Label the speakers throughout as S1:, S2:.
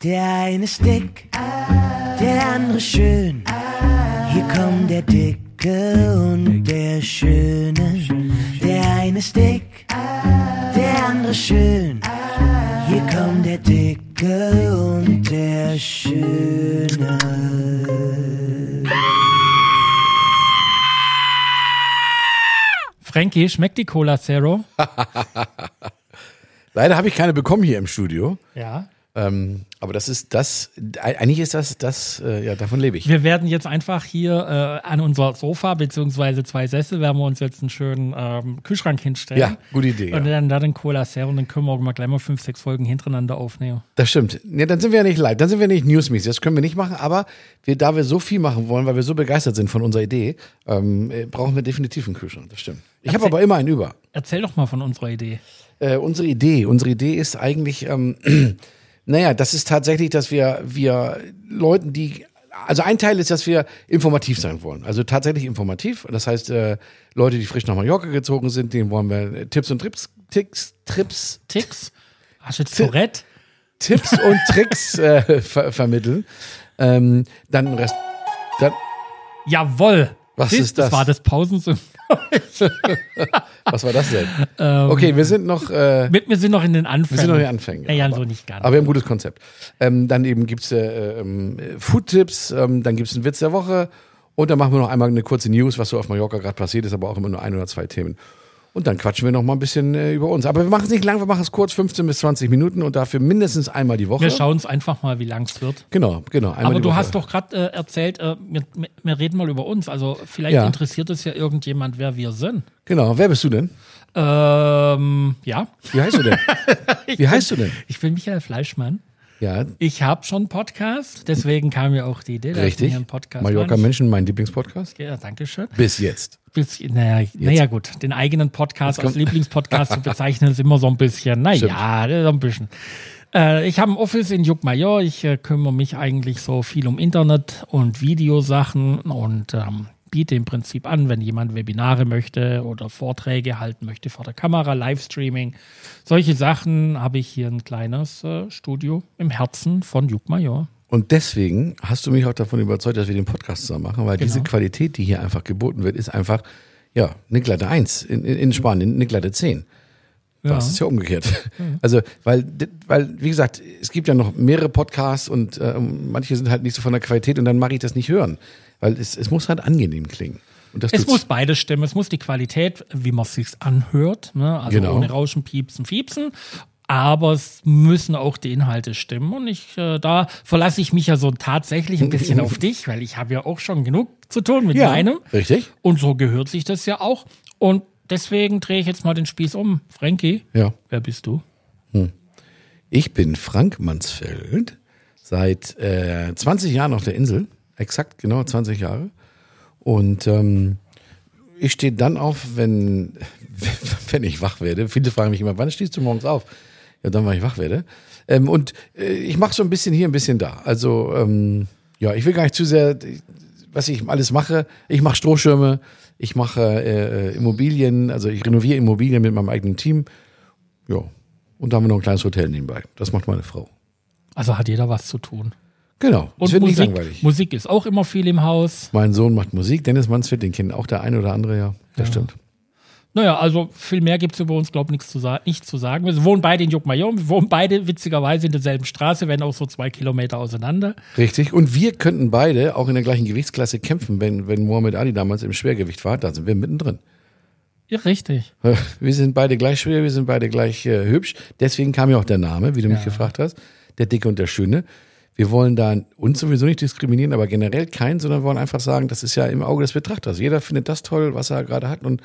S1: Der eine ist dick, der andere schön. Hier kommen der Dicke und der Schöne. Der eine ist dick, der andere schön. Hier kommen der Dicke und der Schöne.
S2: Frankie, schmeckt die Cola Zero?
S3: Leider habe ich keine bekommen hier im Studio.
S2: Ja.
S3: Ähm, aber das ist das, e- eigentlich ist das, das, äh, ja, davon lebe ich.
S2: Wir werden jetzt einfach hier äh, an unser Sofa beziehungsweise zwei Sessel werden wir uns jetzt einen schönen ähm, Kühlschrank hinstellen.
S3: Ja, gute Idee,
S2: Und
S3: ja.
S2: dann da den Cola Zero und dann können wir auch mal gleich mal fünf, sechs Folgen hintereinander aufnehmen.
S3: Das stimmt. Nee, dann sind wir ja nicht live, dann sind wir nicht newsmäßig. Das können wir nicht machen, aber wir, da wir so viel machen wollen, weil wir so begeistert sind von unserer Idee, ähm, äh, brauchen wir definitiv einen Kühlschrank. Das stimmt. Ich habe aber immer einen über.
S2: Erzähl doch mal von unserer Idee.
S3: Äh, unsere Idee, unsere Idee ist eigentlich, ähm, naja, das ist tatsächlich, dass wir, wir Leuten, die, also ein Teil ist, dass wir informativ sein wollen. Also tatsächlich informativ. Das heißt, äh, Leute, die frisch nach Mallorca gezogen sind, denen wollen wir äh, Tipps und Trips, Ticks, Trips,
S2: Ticks? Hast du jetzt Tourette?
S3: Tipps und Tricks äh, ver vermitteln. Ähm, dann ein Rest. Dann,
S2: Jawohl!
S3: Was
S2: Siehst,
S3: ist das?
S2: war das Pausensymbol.
S3: was war das denn? okay, wir sind noch. Äh,
S2: Ähm, Mit mir sind noch in den Anfängen.
S3: Wir sind noch nicht Anfängen.
S2: Naja,
S3: aber-
S2: so nicht ganz.
S3: Aber wir haben ein gutes Konzept. Ähm, dann eben gibt's äh, ähm, Food-Tipps, ähm, dann gibt's einen Witz der Woche und dann machen wir noch einmal eine kurze News, was so auf Mallorca gerade passiert ist, aber auch immer nur ein oder zwei Themen. Und dann quatschen wir noch mal ein bisschen äh, über uns. Aber wir machen es nicht lang, wir machen es kurz, 15 bis 20 Minuten und dafür mindestens einmal die Woche.
S2: wir schauen uns einfach mal, wie lang es wird.
S3: Genau, genau. Einmal
S2: Aber
S3: die
S2: du
S3: Woche.
S2: hast doch gerade äh, erzählt, äh, wir, wir reden mal über uns. Also vielleicht
S3: Ja.
S2: interessiert es ja irgendjemand, wer wir sind.
S3: Genau, wer bist du denn?
S2: Ähm, ja.
S3: Wie heißt du denn? Wie heißt du denn?
S2: Ich bin Michael Fleischmann.
S3: Ja,
S2: Ich habe schon einen Podcast, deswegen kam mir auch die Idee, dass ich
S3: richtig.
S2: mir einen Podcast
S3: Mallorca
S2: mache.
S3: Menschen, mein Lieblingspodcast.
S2: Ja, danke schön.
S3: Bis jetzt.
S2: Bis, naja, naja, gut, den eigenen Podcast als Lieblingspodcast zu bezeichnen, ist immer so ein bisschen, naja, so ein bisschen. Äh, ich habe ein Office in Juckmajor. Ich äh, kümmere mich eigentlich so viel um Internet und Videosachen und ähm, biete im Prinzip an, wenn jemand Webinare möchte oder Vorträge halten möchte vor der Kamera, Livestreaming. Solche Sachen habe ich hier ein kleines äh, Studio im Herzen von Juckmajor.
S3: Und deswegen hast du mich auch davon überzeugt, dass wir den Podcast zusammen machen, weil
S2: Genau.
S3: diese Qualität, die hier einfach geboten wird, ist einfach, ja, eine glatte Eins in, in, in Spanien, eine glatte Zehn.
S2: Ja. Mhm.
S3: Das ist ja umgekehrt. Also, weil, weil, wie gesagt, es gibt ja noch mehrere Podcasts und äh, manche sind halt nicht so von der Qualität und dann mag ich das nicht hören. Weil es, es muss halt angenehm klingen. Und das
S2: Es
S3: tut's.
S2: muss beides stimmen. Es muss die Qualität, wie man es sich anhört, ne? also
S3: Genau.
S2: ohne Rauschen, Piepsen, Fiepsen. Aber es müssen auch die Inhalte stimmen. Und ich, äh, da verlasse ich mich ja so tatsächlich ein bisschen auf dich, weil ich habe ja auch schon genug zu tun mit
S3: ja,
S2: meinem.
S3: Richtig?
S2: Und so gehört sich das ja auch. Und deswegen drehe ich jetzt mal den Spieß um. Frankie,
S3: Ja.
S2: wer bist du?
S3: Ich bin Frank Mansfeld, seit äh, 20 Jahren auf der Insel, exakt genau 20 Jahre. Und ähm, ich stehe dann auf, wenn, wenn ich wach werde. Viele fragen mich immer, wann stehst du morgens auf? Ja, dann, wenn ich wach werde. Ähm, und äh, ich mache so ein bisschen hier, ein bisschen da. Also, ähm, ja, ich will gar nicht zu sehr, was ich alles mache. Ich mache Strohschirme, ich mache äh, äh, Immobilien, also ich renoviere Immobilien mit meinem eigenen Team. Ja. Und da haben wir noch ein kleines Hotel nebenbei. Das macht meine Frau.
S2: Also hat jeder was zu tun.
S3: Genau.
S2: Und
S3: es wird nicht
S2: Musik,
S3: langweilig.
S2: Musik ist auch immer viel im Haus.
S3: Mein Sohn macht Musik, Dennis Mansfeld, den kennt auch der eine oder andere, ja. Das stimmt.
S2: Naja, also viel mehr gibt es über uns, glaube ich, nichts zu, sa nicht zu sagen. Wir wohnen beide in Juckmajor, wir wohnen beide witzigerweise in derselben Straße, wenn auch so zwei Kilometer auseinander.
S3: Richtig. Und wir könnten beide auch in der gleichen Gewichtsklasse kämpfen, wenn, wenn Mohamed Ali damals im Schwergewicht war. Da sind wir mittendrin.
S2: Ja, richtig.
S3: Wir sind beide gleich schwer, wir sind beide gleich äh, hübsch. Deswegen kam ja auch der Name, wie du mich gefragt hast. Der Dicke und der Schöne. Wir wollen da uns sowieso nicht diskriminieren, aber generell keinen, sondern wollen einfach sagen, das ist ja im Auge des Betrachters. Jeder findet das toll, was er gerade hat. Und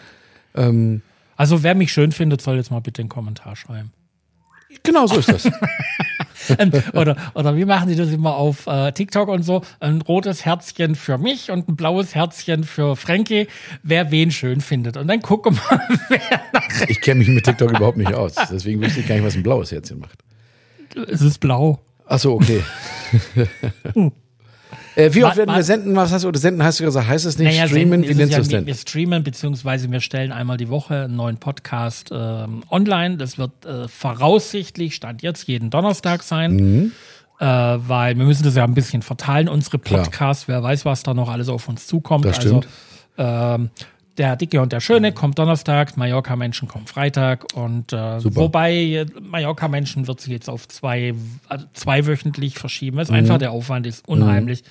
S2: Also wer mich schön findet, soll jetzt mal bitte einen Kommentar schreiben.
S3: genau so ist das.
S2: Ähm, oder, oder wie machen die das immer auf äh, TikTok und so? Ein rotes Herzchen für mich und ein blaues Herzchen für Frankie, wer wen schön findet. Und dann gucken wir mal,
S3: Ich kenne mich mit TikTok überhaupt nicht aus. Deswegen wüsste ich gar nicht, was ein blaues Herzchen macht.
S2: es ist blau.
S3: Ach so, okay. äh, wie
S2: Ma-
S3: oft werden
S2: ma-
S3: wir senden? Was hast du? Oder senden heißt du gesagt, heißt es nicht
S2: senden
S3: streamen?
S2: ist
S3: Wie
S2: es
S3: nennst
S2: ja,
S3: du es
S2: wir-
S3: denn?
S2: Wir streamen, beziehungsweise wir stellen einmal die Woche einen neuen Podcast
S3: Mhm.
S2: ähm, online. Das wird äh, voraussichtlich, Stand jetzt, jeden Donnerstag sein. äh, weil wir müssen das ja ein bisschen verteilen, unsere
S3: Klar.
S2: Podcasts, wer weiß, was da noch alles auf uns zukommt.
S3: Das stimmt.
S2: Also, ähm, der Dicke und der Schöne kommt Donnerstag, Mallorca-Menschen kommen Freitag und äh,
S3: Super.
S2: wobei äh, Mallorca-Menschen wird sich jetzt auf zwei, also zweiwöchentlich verschieben, weil
S3: Mhm.
S2: es einfach der Aufwand ist, unheimlich,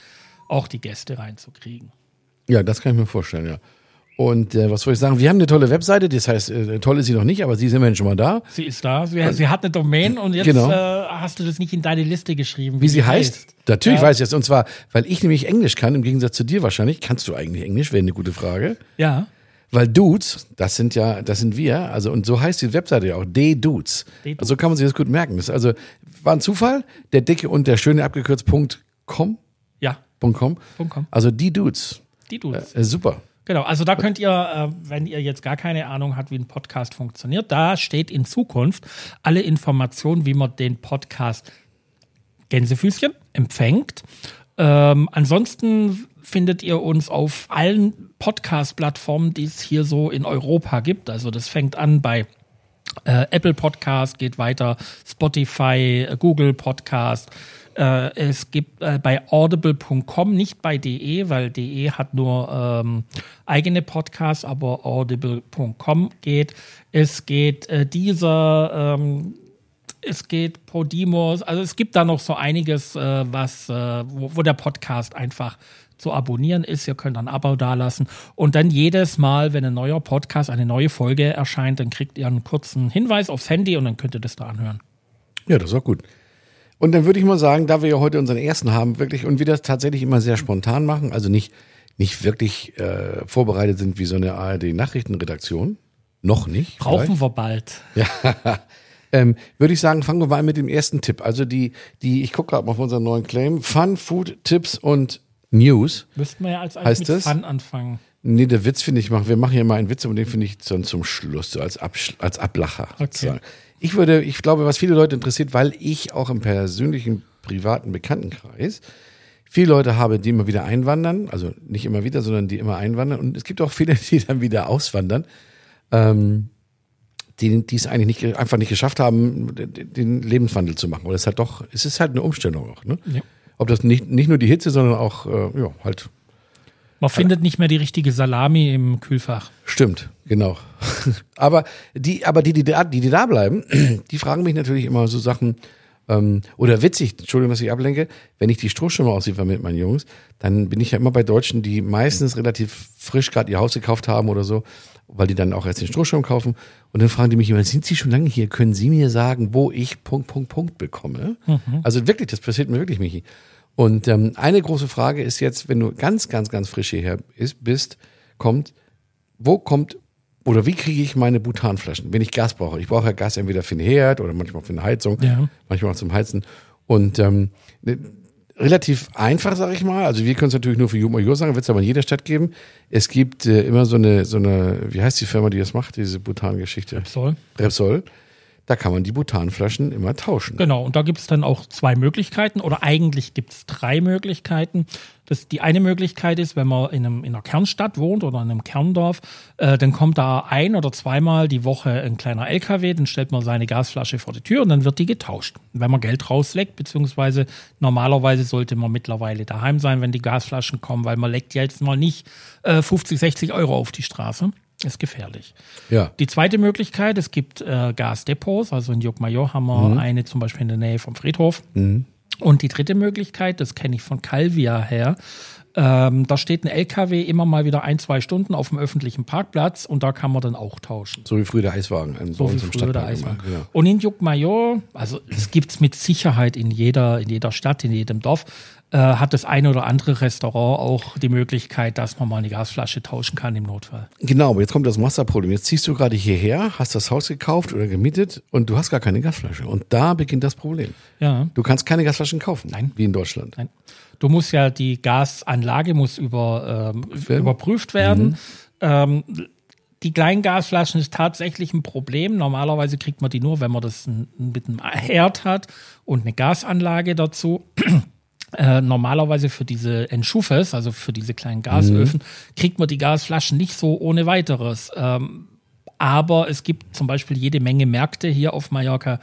S2: auch die Gäste reinzukriegen.
S3: Ja, das kann ich mir vorstellen, ja. Und äh, was soll ich sagen? Wir haben eine tolle Webseite, das heißt, äh, toll ist sie noch nicht, aber sie ist immerhin schon mal da.
S2: Sie ist da, sie, sie hat eine Domain und jetzt
S3: Genau.
S2: äh, hast du das nicht in deine Liste geschrieben.
S3: Wie sie heißt? Natürlich weiß ich das. Und zwar, weil ich nämlich Englisch kann, im Gegensatz zu dir wahrscheinlich. Kannst du eigentlich Englisch? Wäre eine gute Frage.
S2: Ja.
S3: Weil Dudes, das sind ja, das sind wir, also und so heißt die Webseite ja auch, D-Dudes.
S2: D-Dudes.
S3: Also kann man sich das gut merken. Das ist also war ein Zufall, der dicke und der schöne abgekürzt Punkt .com,
S2: Ja,
S3: Punkt .com.
S2: Punkt com.
S3: Also die Dudes,
S2: die Dudes.
S3: äh, super.
S2: Genau, also da könnt ihr, äh, wenn ihr jetzt gar keine Ahnung habt, wie ein Podcast funktioniert, da steht in Zukunft alle Informationen, wie man den Podcast Gänsefüßchen empfängt. Ähm, ansonsten findet ihr uns auf allen Podcast-Plattformen, die es hier so in Europa gibt. Also das fängt an bei äh, Apple Podcast, geht weiter Spotify, äh, Google Podcast. Äh, es gibt äh, bei audible.com, nicht bei DE, weil DE hat nur ähm, eigene Podcasts, aber audible.com geht. Es geht äh, dieser, ähm, es geht Podimos. Also es gibt da noch so einiges, äh, was, äh, wo, wo der Podcast einfach zu abonnieren ist. Ihr könnt ein Abo dalassen. Und dann jedes Mal, wenn ein neuer Podcast, eine neue Folge erscheint, dann kriegt ihr einen kurzen Hinweis aufs Handy und dann könnt ihr das da anhören.
S3: Ja, das ist auch gut. Und dann würde ich mal sagen, da wir ja heute unseren ersten haben, wirklich, und wir das tatsächlich immer sehr spontan machen, also nicht, nicht wirklich äh, vorbereitet sind wie so eine ARD-Nachrichtenredaktion, noch nicht. vielleicht.
S2: Brauchen wir bald.
S3: Ähm, würde ich sagen, fangen wir mal an mit dem ersten Tipp. Also die, die, ich gucke gerade mal auf unseren neuen Claim. Fun, Food, Tipps und News.
S2: Müssten wir ja als eigentlich
S3: Heißt
S2: mit
S3: es?
S2: Fun anfangen.
S3: Nee, der Witz finde ich, mach, wir machen hier mal einen Witz, aber den finde ich dann zum Schluss, so als, Absch als Ablacher. sozusagen. Ich würde, ich glaube, was viele Leute interessiert, weil ich auch im persönlichen, privaten Bekanntenkreis viele Leute habe, die immer wieder einwandern, also nicht immer wieder, sondern die immer einwandern. Und es gibt auch viele, die dann wieder auswandern. ähm, die, die es eigentlich nicht, einfach nicht geschafft haben, den den Lebenswandel zu machen. Weil es halt doch, es ist halt eine Umstellung auch. Ne?
S2: Ja.
S3: Ob das nicht, nicht nur die Hitze, sondern auch, äh, ja, halt,
S2: Man findet nicht mehr die richtige Salami im Kühlfach.
S3: stimmt, genau. aber die, aber die, die da, die, die da bleiben, die fragen mich natürlich immer so Sachen, ähm, oder witzig, Entschuldigung, dass ich ablenke, wenn ich die Strohschirme ausliefer mit meinen Jungs, dann bin ich ja immer bei Deutschen, die meistens relativ frisch gerade ihr Haus gekauft haben oder so, weil die dann auch erst den Strohschirm kaufen. Und dann fragen die mich immer, sind Sie schon lange hier? Können Sie mir sagen, wo ich Punkt, Punkt, Punkt bekomme? Also wirklich, das passiert mir wirklich, Michi. Und ähm, eine große Frage ist jetzt, wenn du ganz, ganz, ganz frisch hierher ist, bist, kommt, wo kommt oder wie kriege ich meine Butanflaschen, wenn ich Gas brauche? Ich brauche ja Gas entweder für den Herd oder manchmal für eine Heizung,
S2: Ja.
S3: manchmal auch zum Heizen. Und ähm, ne, relativ einfach, sag ich mal. Also wir können es natürlich nur für Jumajur sagen, wird es aber in jeder Stadt geben. Es gibt äh, immer so eine, so eine, wie heißt die Firma, die das macht, diese Butan-Geschichte?
S2: Soll.
S3: Repsol. Da kann man die Butanflaschen immer tauschen.
S2: Genau, und da gibt es dann auch zwei Möglichkeiten oder eigentlich gibt es drei Möglichkeiten. Das, die eine Möglichkeit ist, wenn man in, einem, in einer Kernstadt wohnt oder in einem Kerndorf, äh, dann kommt da ein oder zweimal die Woche ein kleiner LKW, dann stellt man seine Gasflasche vor die Tür und dann wird die getauscht. Wenn man Geld rauslegt, beziehungsweise normalerweise sollte man mittlerweile daheim sein, wenn die Gasflaschen kommen, weil man legt ja jetzt mal nicht äh, 50, 60 Euro auf die Straße. Ist gefährlich.
S3: Ja.
S2: Die zweite Möglichkeit, es gibt äh, Gasdepots, also in Jogmajor haben wir
S3: Mhm.
S2: eine zum Beispiel in der Nähe vom Friedhof. Und die dritte Möglichkeit, das kenne ich von Calvia her, ähm, da steht ein LKW immer mal wieder ein, zwei Stunden auf dem öffentlichen Parkplatz und da kann man dann auch tauschen.
S3: So wie früher der Eiswagen. ähm, bei
S2: So wie
S3: uns im
S2: früher der
S3: Stadtpark immer.
S2: Eismann.
S3: Genau.
S2: Und in Jogmajor, also es gibt es mit Sicherheit in jeder, in jeder Stadt, in jedem Dorf, äh, hat das ein oder andere Restaurant auch die Möglichkeit, dass man mal eine Gasflasche tauschen kann im Notfall.
S3: Genau, aber jetzt kommt das Masterproblem. Jetzt ziehst du gerade hierher, hast das Haus gekauft oder gemietet und du hast gar keine Gasflasche. Und da beginnt das Problem.
S2: Ja.
S3: Du kannst keine Gasflaschen kaufen,
S2: Nein.
S3: wie in Deutschland.
S2: Nein. Du musst ja, die Gasanlage muss über, ähm, überprüft werden. Ähm, die kleinen Gasflaschen ist tatsächlich ein Problem. Normalerweise kriegt man die nur, wenn man das n- mit einem Herd hat und eine Gasanlage dazu. Äh, normalerweise für diese Entschufes,
S3: Mhm.
S2: also für diese kleinen Gasöfen, kriegt man die Gasflaschen nicht so ohne weiteres. Ähm, aber es gibt zum Beispiel jede Menge Märkte hier auf Mallorca.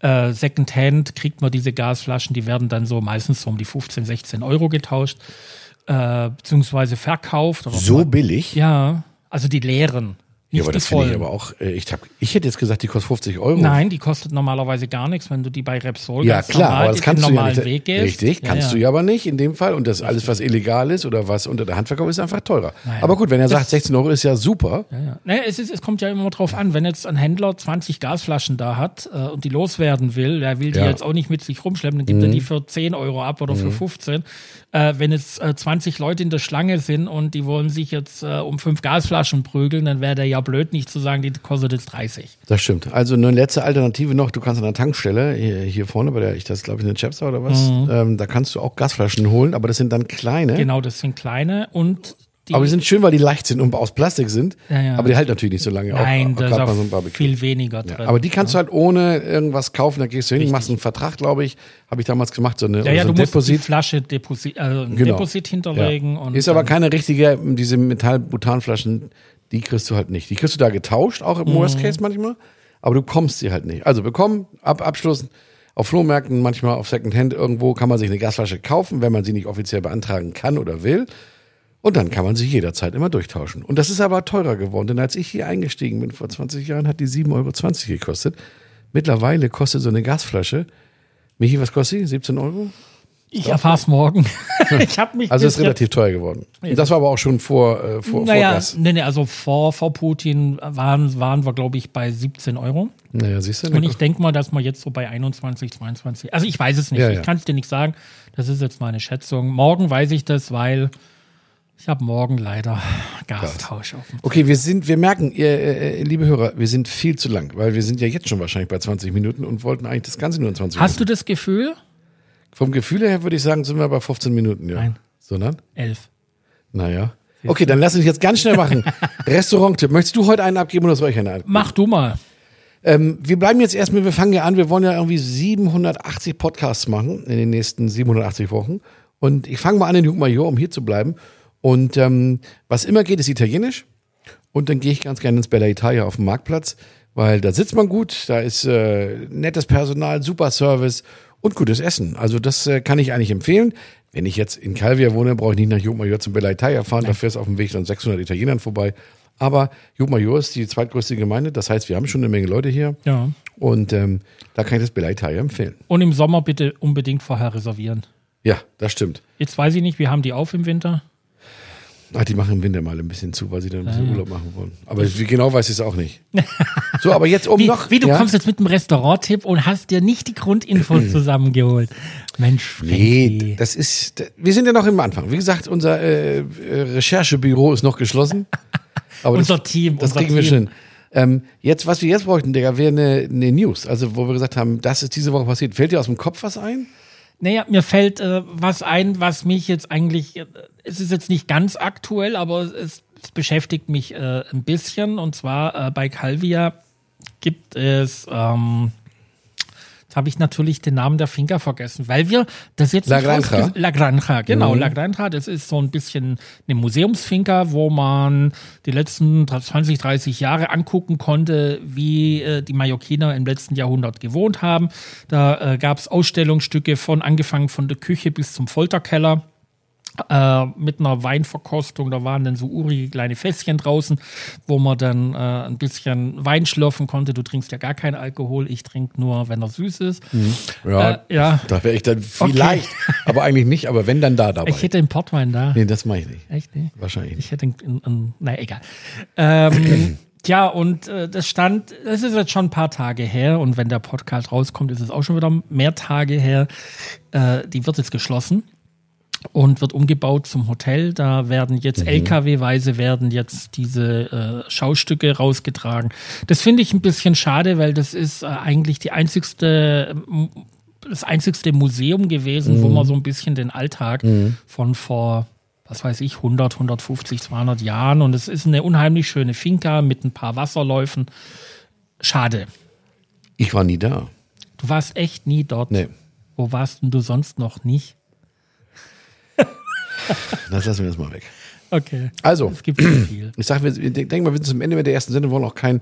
S2: Äh, Secondhand kriegt man diese Gasflaschen, die werden dann so meistens so um die 15, 16 Euro getauscht, äh, beziehungsweise verkauft. Oder
S3: So billig?
S2: Ja, also die leeren.
S3: Ja,
S2: nicht
S3: aber
S2: die
S3: das finde ich
S2: vollen.
S3: aber auch. äh, Ich, hab, ich hätte jetzt gesagt, die kostet 50 Euro.
S2: Nein, die kostet normalerweise gar nichts, wenn du die bei Repsol
S3: Ja,
S2: ganz
S3: klar,
S2: normal
S3: aber das
S2: den
S3: kannst du ja
S2: normalen
S3: nicht.
S2: Weg gehst.
S3: Richtig,
S2: Ja,
S3: kannst
S2: ja.
S3: du ja aber nicht in dem Fall. Und das alles, was illegal ist oder was unter der Hand verkauft, ist einfach teurer.
S2: Naja.
S3: Aber gut, wenn er
S2: Das-
S3: sagt, 16 Euro ist ja super.
S2: Ja, ja. Naja, es, ist, es kommt ja immer drauf an, wenn jetzt ein Händler 20 Gasflaschen da hat äh, und die loswerden will, der will die
S3: Ja. Mhm.
S2: jetzt auch nicht mit sich rumschleppen, dann gibt er die für 10 Euro ab oder für 15. Äh, wenn jetzt äh, 20 Leute in der Schlange sind und die wollen sich jetzt äh, um fünf Gasflaschen prügeln, dann wäre der ja blöd, nicht zu sagen, die kostet jetzt 30.
S3: Das stimmt. Also eine letzte Alternative noch, du kannst an der Tankstelle, hier, hier vorne, bei der ich das glaube ich eine Chapster oder was, ähm, da kannst du auch Gasflaschen holen, aber das sind dann kleine.
S2: Mhm. Genau, das sind kleine und die.
S3: Aber die sind schön, weil die leicht sind und aus Plastik sind.
S2: Ja, ja.
S3: Aber die halten natürlich nicht so lange.
S2: Nein, da ist
S3: gerade mal so ein
S2: auch
S3: Barbecue.
S2: viel ne? weniger drin.
S3: Aber die kannst du halt ohne irgendwas kaufen, da gehst du hin, machst einen Vertrag, glaube ich. Habe ich damals gemacht, so eine
S2: ja, ja, du
S3: so ein
S2: musst die
S3: Deposit.
S2: Flasche Deposit, also ein
S3: Genau.
S2: Deposit hinterlegen.
S3: Ja.
S2: Und
S3: Ist aber
S2: dann-
S3: keine richtige, diese Metall-Butanflaschen, die kriegst du halt nicht. Die kriegst du da getauscht, auch im
S2: Mhm.
S3: Worst Case manchmal, aber du bekommst sie halt nicht. Also bekommen, ab Abschluss, auf Flohmärkten, manchmal auf Secondhand irgendwo kann man sich eine Gasflasche kaufen, wenn man sie nicht offiziell beantragen kann oder will. Und dann kann man sie jederzeit immer durchtauschen. Und das ist aber teurer geworden, denn als ich hier eingestiegen bin vor 20 Jahren, hat die 7,20 Euro gekostet. Mittlerweile kostet so eine Gasflasche, Michi, was kostet sie? 17 Euro?
S2: Ich erfahr's morgen. ich habe mich
S3: Also
S2: bis
S3: ist relativ teuer geworden. Und das war aber auch schon vor, äh, vor, vor
S2: Naja,
S3: Gas.
S2: nee, nee, also vor, vor Putin waren, waren wir, glaube ich, bei 17 Euro.
S3: Naja, siehst du?
S2: Und ich denke mal, dass wir jetzt so bei 21, 22. Also ich weiß es nicht.
S3: Ja, ja.
S2: Ich kann es dir nicht sagen. Das ist jetzt meine Schätzung. Morgen weiß ich das, weil ich habe morgen leider Gastausch offen.
S3: okay, wir sind, wir merken, ihr, äh, äh, liebe Hörer, wir sind viel zu lang, weil wir sind ja jetzt schon wahrscheinlich bei 20 Minuten und wollten eigentlich das Ganze nur in 20
S2: Hast
S3: Minuten.
S2: du das Gefühl?
S3: Vom Gefühl her würde ich sagen, sind wir bei 15 Minuten, ja.
S2: Nein.
S3: Sondern?
S2: Elf.
S3: Naja. Okay, dann lass uns jetzt ganz schnell machen. Restaurant-Tipp. Möchtest du heute einen abgeben oder soll ich einen abgeben?
S2: Mach du mal.
S3: wir bleiben jetzt erstmal, wir fangen ja an, wir wollen ja irgendwie 780 Podcasts machen in den nächsten 780 Wochen. Und ich fange mal an in Jungmajor, um hier zu bleiben. Und ähm, was immer geht, ist Italienisch. Und dann gehe ich ganz gerne ins Bella Italia auf dem Marktplatz, weil da sitzt man gut, da ist äh, nettes Personal, super Service und gutes Essen. Also das äh, kann ich eigentlich empfehlen. Wenn ich jetzt in Calvia wohne, brauche ich nicht nach Jungmajor zum Bella Italia fahren, da fährst du auf dem Weg dann 600 Italienern vorbei. Aber Jungmajor ist die zweitgrößte Gemeinde, das heißt, wir haben schon eine Menge Leute hier.
S2: Ja.
S3: Und ähm, da kann ich das Bella Italia empfehlen.
S2: Und im Sommer bitte unbedingt vorher reservieren.
S3: Ja, das stimmt.
S2: Jetzt weiß ich nicht, wir haben die auf im Winter.
S3: Ach, Ah, die machen im Winter mal ein bisschen zu, weil sie dann ein
S2: Ah,
S3: bisschen Urlaub machen wollen. Aber wie genau weiß ich es auch nicht. So, aber jetzt um
S2: Wie,
S3: noch.
S2: wie du
S3: ja?
S2: kommst jetzt mit einem Restaurant-Tipp und hast dir nicht die Grundinfos zusammengeholt. Mensch,
S3: Nee,
S2: Frankie.
S3: das ist. d- Wir sind ja noch im Anfang. Wie gesagt, unser äh, äh, Recherchebüro ist noch geschlossen. Aber
S2: Unser
S3: das,
S2: Team,
S3: Das
S2: unser
S3: kriegen wir
S2: Team.
S3: schon. Ähm, jetzt, was wir jetzt bräuchten, Digga, wäre eine, eine News. Also, wo wir gesagt haben, das ist diese Woche passiert. Fällt dir aus dem Kopf was ein?
S2: Naja, mir fällt äh, was ein, was mich jetzt eigentlich, äh, es ist jetzt nicht ganz aktuell, aber es, es beschäftigt mich äh, ein bisschen. Und zwar äh, bei Calvia gibt es, ähm, jetzt habe ich natürlich den Namen der Finca vergessen, weil wir das jetzt
S3: La
S2: nicht
S3: Granja?
S2: rausges- La Granja, genau, La Granja, das ist so ein bisschen eine Museumsfinca, wo man die letzten 20, 30 Jahre angucken konnte, wie äh, die Mallorquiner im letzten Jahrhundert gewohnt haben. Da äh, gab es Ausstellungsstücke von angefangen von der Küche bis zum Folterkeller äh, mit einer Weinverkostung. Da waren dann so urige kleine Fässchen draußen, wo man dann äh, ein bisschen Wein schlürfen konnte. Du trinkst ja gar keinen Alkohol, ich trinke nur, wenn er süß ist.
S3: Ja.
S2: Äh, ja.
S3: Da wäre ich dann vielleicht, aber eigentlich nicht, aber wenn dann da dabei.
S2: Ich hätte einen Portwein da.
S3: nee, das mache ich nicht.
S2: Echt? Nee?
S3: Wahrscheinlich nicht.
S2: Ich hätte einen, einen, einen naja, egal. Ähm, ja, und äh, das stand, das ist jetzt schon ein paar Tage her und wenn der Podcast rauskommt, ist es auch schon wieder mehr Tage her. Äh, die wird jetzt geschlossen und wird umgebaut zum Hotel. Da werden jetzt LKW-weise werden jetzt diese äh, Schaustücke rausgetragen. Das finde ich ein bisschen schade, weil das ist äh, eigentlich die einzigste ähm, das einzigste Museum gewesen,
S3: Mhm.
S2: wo man so ein bisschen den Alltag von vor, was weiß ich, 100, 150, 200 Jahren und es ist eine unheimlich schöne Finca mit ein paar Wasserläufen. Schade.
S3: Ich war nie da.
S2: Du warst echt nie dort.
S3: Nee.
S2: Wo warst denn du sonst noch nicht?
S3: Das lassen wir jetzt mal weg.
S2: Okay.
S3: Also,
S2: Es gibt nicht viel.
S3: ich sage, wir, wir denken mal, wir sind zum Ende mit der ersten Sendung, wollen auch keinen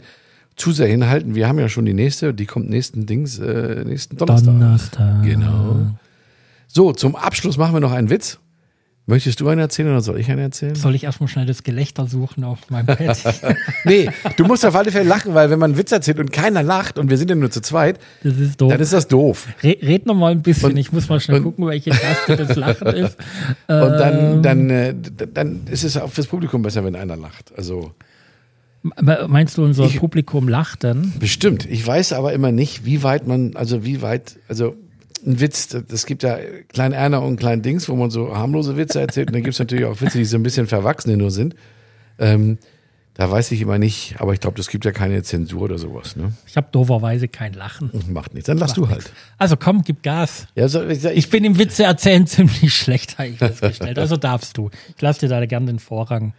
S3: zu sehr hinhalten. Wir haben ja schon die nächste, die kommt nächsten Dings, äh, nächsten Donnerstag.
S2: Donnerstag.
S3: Genau. So, zum Abschluss machen wir noch einen Witz. Möchtest du einen erzählen oder soll ich einen erzählen?
S2: Soll ich erstmal schnell das Gelächter suchen auf meinem Pad?
S3: Nee, du musst auf alle Fälle lachen, weil wenn man einen Witz erzählt und keiner lacht und wir sind ja nur zu zweit,
S2: Das ist doof.
S3: dann ist das doof.
S2: Re red noch mal ein bisschen.
S3: Und-
S2: ich muss mal schnell
S3: und-
S2: gucken, welche Taste das Lachen ist.
S3: Und dann, dann, äh, d- dann ist es auch fürs Publikum besser, wenn einer lacht. Also
S2: Me- Meinst du, unser
S3: Ich-
S2: Publikum lacht dann?
S3: bestimmt. Ich weiß aber immer nicht, wie weit man, also wie weit, also ein Witz, d- es gibt ja Klein Erna und Klein Dings, wo man so harmlose Witze erzählt. Und dann gibt es natürlich auch Witze, die so ein bisschen verwachsene nur sind. Ähm, da weiß ich immer nicht, aber ich glaube, das gibt ja keine Zensur oder sowas. Ne?
S2: Ich habe dooferweise kein Lachen.
S3: Macht nichts. Dann lachst du halt.
S2: Also komm, gib Gas.
S3: Ja, so, ich, ich
S2: Ich bin im Witze erzählen ziemlich schlecht, habe ich festgestellt. Also darfst du. Ich lasse dir da gern den Vorrang.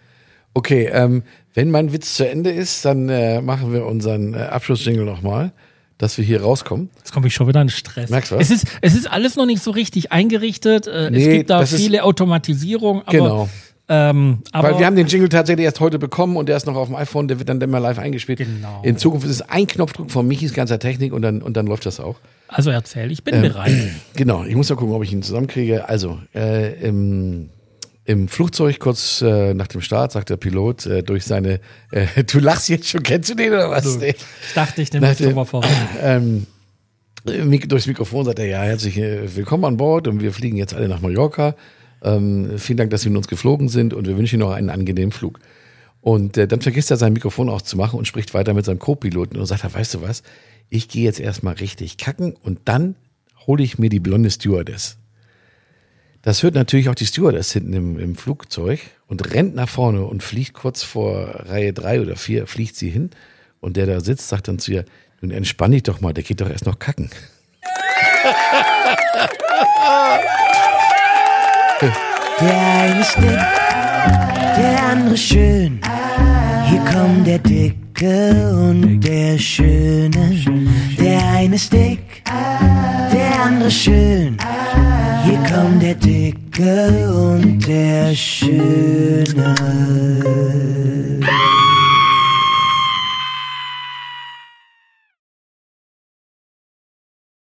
S3: Okay, ähm, wenn mein Witz zu Ende ist, dann äh, machen wir unseren äh, Abschlussjingle nochmal, dass wir hier rauskommen.
S2: Jetzt komme ich schon wieder in Stress.
S3: Merkst du was?
S2: es ist, es ist alles noch nicht so richtig eingerichtet. Äh, es
S3: Nee,
S2: gibt da
S3: das ist-
S2: viele Automatisierungen. Aber,
S3: Genau.
S2: Ähm, aber
S3: Weil wir haben den Jingle tatsächlich erst heute bekommen und der ist noch auf dem iPhone, der wird dann immer live eingespielt.
S2: Genau.
S3: In Zukunft ist es ein Knopfdruck von Michis ganzer Technik und dann, und dann läuft das auch.
S2: also erzähl, ich
S3: Ähm.
S2: bin bereit.
S3: Genau, ich muss mal gucken, ob ich ihn zusammenkriege. Also, äh, im, im Flugzeug kurz äh, nach dem Start sagt der Pilot äh, durch seine, äh, du lachst jetzt schon, kennst du den oder
S2: Also,
S3: was? Nee.
S2: Ich dachte, ich nehme
S3: Nach
S2: das
S3: dem-
S2: nochmal voran.
S3: ähm, Mik- durchs Mikrofon sagt er, ja, herzlich äh, willkommen an Bord und wir fliegen jetzt alle nach Mallorca. Ähm, vielen Dank, dass Sie mit uns geflogen sind und wir wünschen Ihnen noch einen angenehmen Flug. Und äh, dann vergisst er sein Mikrofon auszumachen und spricht weiter mit seinem Co-Piloten und sagt, er, weißt du was, ich gehe jetzt erstmal richtig kacken und dann hole ich mir die blonde Stewardess. Das hört natürlich auch die Stewardess hinten im, im Flugzeug und rennt nach vorne und fliegt kurz vor Reihe drei oder vier fliegt sie hin. Und der da sitzt, sagt dann zu ihr, nun entspann dich doch mal, der geht doch erst noch kacken.
S1: Der eine stinkt, der andere schön. Hier kommt der Dicke und der Schöne. Der eine ist dick, der andere schön. Hier kommt der Dicke und der Schöne.